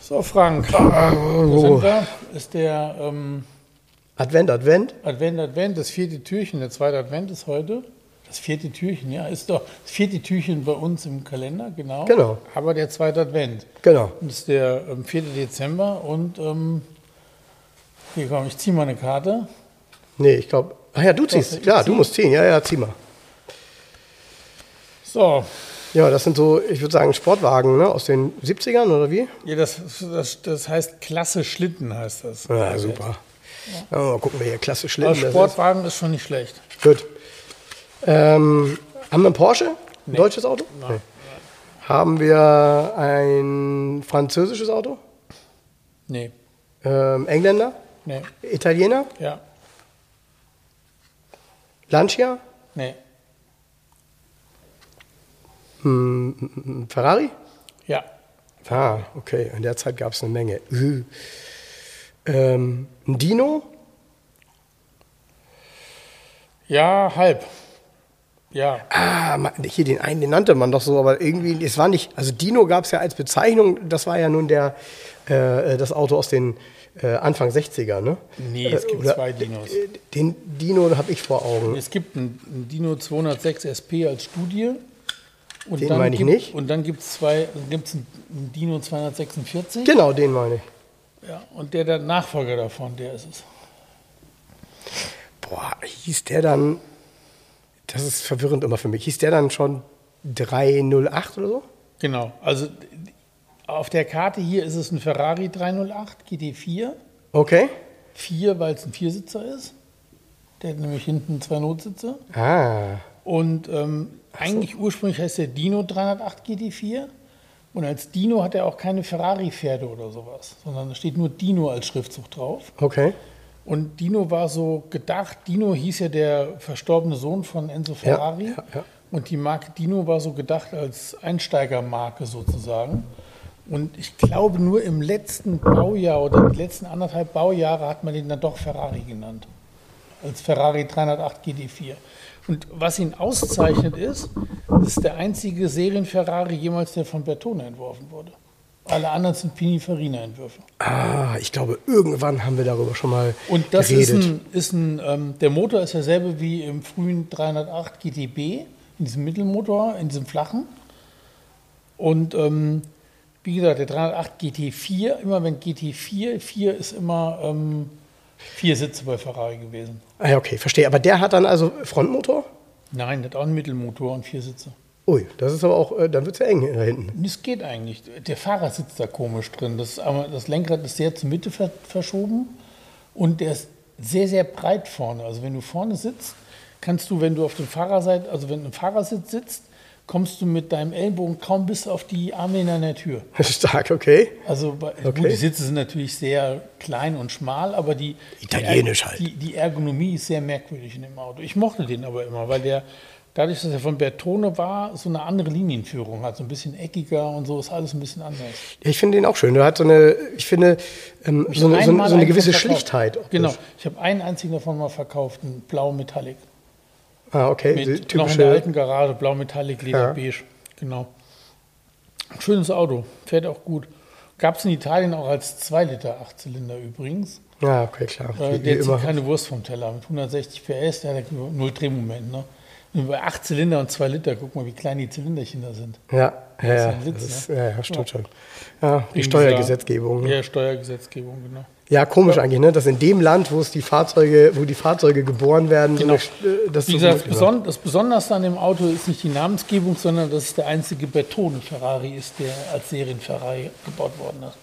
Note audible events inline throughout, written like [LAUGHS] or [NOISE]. So, Frank, Äh, wo sind wir? Ist der ähm, Advent, Advent. Advent, Advent, das vierte Türchen, der zweite Advent ist heute. Das vierte Türchen, ja, ist doch das vierte Türchen bei uns im Kalender, genau. Genau. Aber der zweite Advent. Genau. Und ist der ähm, 4. Dezember und ähm, hier komm, ich ziehe mal eine Karte. Nee, ich glaube. Ach ja, du ziehst. ich Klar, zieh. du musst ziehen. Ja, ja, zieh mal. So, Ja, das sind so, ich würde sagen, Sportwagen ne? aus den 70ern oder wie? ja, das, das, das heißt Klasse Schlitten heißt das. Ja, super. Ja. mal gucken wir hier. Klasse Aber Schlitten. das Sportwagen ist schon nicht schlecht. ist- Gut. Ähm, haben wir einen Porsche? Ein deutsches Auto? Nein. Haben wir ein französisches Auto? Nee, Ähm, Engländer? nee, Italiener? ja, Lancia? nee, Hm, Ferrari? ja, Ah, okay. In der Zeit gab es eine Menge. Äh. Ähm, ein Dino? ja, halb. Ja, Ah, man, hier den einen, den nannte man doch so, aber irgendwie, es war nicht, also Dino gab es ja als Bezeichnung, das war ja nun der, äh, das Auto aus den äh, Anfang 60er, ne? nee, es gibt oder- zwei Dinos. Äh, Den Dino habe ich vor Augen. Es gibt einen einen Dino 206 SP als Studie. Und Den meine ich gibt, nicht. Und dann gibt es zwei, gibt's einen einen Dino 246. Genau, den meine ich. Ja, und der, der Nachfolger davon, der ist es. Boah, hieß der dann, das ist verwirrend immer für mich, hieß der dann schon 308 oder so? Genau. Also auf der Karte hier ist es ein Ferrari 308 GT4. Okay. 4, weil es ein Viersitzer ist. Der hat nämlich hinten zwei Notsitze. Ah, Und ähm, eigentlich ursprünglich heißt der Dino 308 GT4. Und als Dino hat er auch keine Ferrari-Pferde oder sowas, sondern da steht nur Dino als Schriftzug drauf. okay. Und Dino war so gedacht, Dino hieß ja der verstorbene Sohn von Enzo Ferrari. ja, ja. Und die Marke Dino war so gedacht als Einsteigermarke sozusagen. Und ich glaube, nur im letzten Baujahr oder die letzten anderthalb Baujahre hat man den dann doch Ferrari genannt. Als Ferrari 308 GT4. Und was ihn auszeichnet ist, das ist der einzige Serien-Ferrari jemals, der von Bertone entworfen wurde. Alle anderen sind Pininfarina-Entwürfe. Ah, ich glaube, irgendwann haben wir darüber schon mal Und das ist geredet. ein, ist ein ähm, der Motor ist derselbe wie im frühen 308 GTB, in diesem Mittelmotor, in diesem flachen. Und ähm, wie gesagt, der 308 GT4, immer wenn GT4, 4 ist immer ähm, vier Sitze bei Ferrari gewesen. ah, ja, okay, verstehe. Aber der hat dann also Frontmotor? Nein, der hat auch einen Mittelmotor und vier Sitze. Ui, das ist aber auch, äh, dann wird es ja eng da hinten. [LAUGHS] Und es geht eigentlich. Der Fahrer sitzt da komisch drin. Das, aber das Lenkrad ist sehr zur Mitte ver verschoben und der ist sehr, sehr breit vorne. Also wenn du vorne sitzt, kannst du, wenn du auf dem Fahrerseite, also wenn du im Fahrersitz sitzt, kommst du mit deinem Ellenbogen kaum bis auf die Armlehne an der Tür. Stark, okay. Also bei- gut, Okay. die Sitze sind natürlich sehr klein und schmal, aber die Italienisch die, halt. Die, die Ergonomie ist sehr merkwürdig in dem Auto. Ich mochte den aber immer, weil der dadurch, dass er von Bertone war, so eine andere Linienführung hat, so ein bisschen eckiger und so ist alles ein bisschen anders. Ich finde den auch schön. Der hat so eine, ich finde, ähm, so, eine, so, eine, Einmal so eine einen gewisse davon verkauft. Schlichtheit. optisch. Genau, ich habe einen einzigen davon mal verkauft, einen blau Metallic. Ah, okay. die Mit, noch in der typische. alten Garage, blau Metallic, Leder Ja. beige. Genau. Ein schönes Auto, fährt auch gut. Gab es in Italien auch als 2 Liter Achtzylinder übrigens. Ja, Ah, okay, klar. Äh, Wie, wie der zieht immer. keine Wurst vom Teller. Mit 160 PS, der hat null Drehmoment. Ne? Und Bei 8 Zylinder und 2 Liter, guck mal, wie klein die Zylinderchen da sind. Ja, ja, ja ja, ein Witz, das ist, ne? ja, ja, stimmt schon. Ja, die Wegen Steuergesetzgebung. dieser- ne? Ja, Steuergesetzgebung, genau. Ja, komisch eigentlich, ne? Dass in dem Land, wo es die Fahrzeuge, wo die Fahrzeuge geboren werden, Genau. so eine, äh, das Wie so gesagt, gemacht wird. beson das Besonderste an dem Auto ist nicht die Namensgebung, sondern dass es der einzige Bertone-Ferrari ist, der als Serien-Ferrari gebaut worden ist.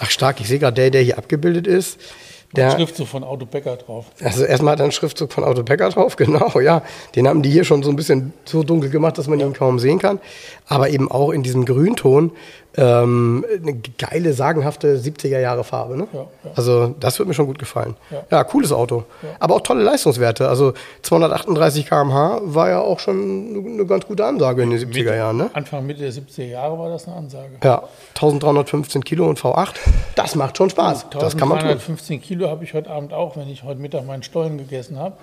Ach stark, ich sehe gerade der, der hier abgebildet ist. Ja. Der, Schrift so von Auto Becker drauf. Also erstmal hat er einen Schriftzug von Auto Becker drauf, [LAUGHS] genau, ja. Den haben die hier schon so ein bisschen so dunkel gemacht, dass man ihn kaum sehen kann. Aber eben auch in diesem Grünton ähm, eine geile, sagenhafte 70er Jahre Farbe. Ne? Ja, ja. Also das wird mir schon gut gefallen. Ja. Ja, cooles Auto. Aber auch tolle Leistungswerte. Also 238 km/h war ja auch schon eine ganz gute Ansage in den 70er Jahren. Ne? Anfang, Mitte der 70er Jahre war das eine Ansage. Ja, 1315 Kilo und V8. Das macht schon Spaß. Das kann man tun. 1315 Kilo habe ich heute Abend auch, wenn ich heute Mittag meinen Stollen gegessen [LAUGHS] habe.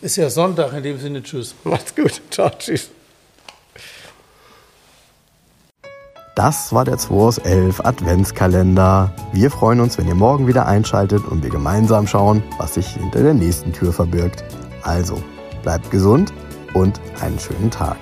Ist ja Sonntag, in dem Sinne, tschüss. Macht's [LAUGHS] gut. Ciao, tschüss. Das war der 2 aus 11 Adventskalender. Wir freuen uns, wenn ihr morgen wieder einschaltet und wir gemeinsam schauen, was sich hinter der nächsten Tür verbirgt. Also, bleibt gesund und einen schönen Tag.